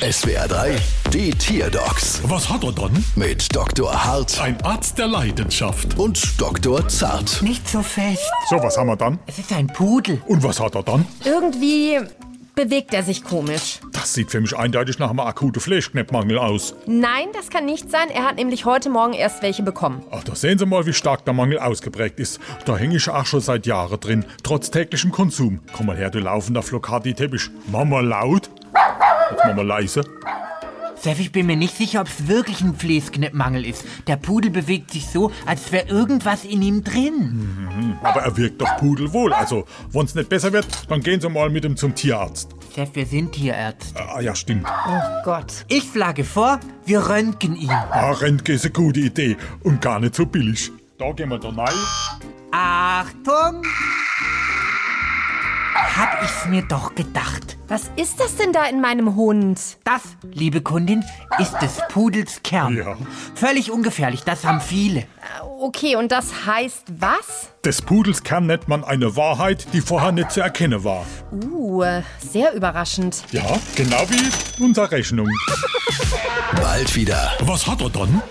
SWR 3, die Tierdocs Was hat er dann? mit Dr. Hart Ein Arzt der Leidenschaft. und Dr. Zart. Nicht so fest. So, was haben wir dann? Es ist ein Pudel. Und was hat er dann? Irgendwie bewegt er sich komisch. Das sieht für mich eindeutig nach einem akuten Fleischkneppmangel aus. Nein, das kann nicht sein. Er hat nämlich heute Morgen erst welche bekommen. Ach, da sehen Sie mal, wie stark der Mangel ausgeprägt ist. Da hänge ich auch schon seit Jahren drin, trotz täglichem Konsum. Komm mal her, du laufender Flocati-Teppich. Mama laut. Jetzt Mama leise. Sef, ich bin mir nicht sicher, ob es wirklich ein Fließkneppmangel ist. Der Pudel bewegt sich so, als wäre irgendwas in ihm drin. Aber er wirkt doch pudelwohl. Also, wenn es nicht besser wird, dann gehen Sie mal mit ihm zum Tierarzt. Sef, wir sind Tierärzte. Ah, ja, stimmt. Oh Gott. Ich schlage vor, wir röntgen ihn. Ah, Rentke ist eine gute Idee. Und gar nicht so billig. Da gehen wir da rein. Achtung! Hab ich's mir doch gedacht. Was ist das denn da in meinem Hund? Das, liebe Kundin, ist des Pudels Kern. Ja. Völlig ungefährlich, das haben viele. Okay, und das heißt was? Des Pudels Kern nennt man eine Wahrheit, die vorher nicht zu erkennen war. Uh, sehr überraschend. Ja, genau wie unsere Rechnung. Bald wieder. Was hat er dann?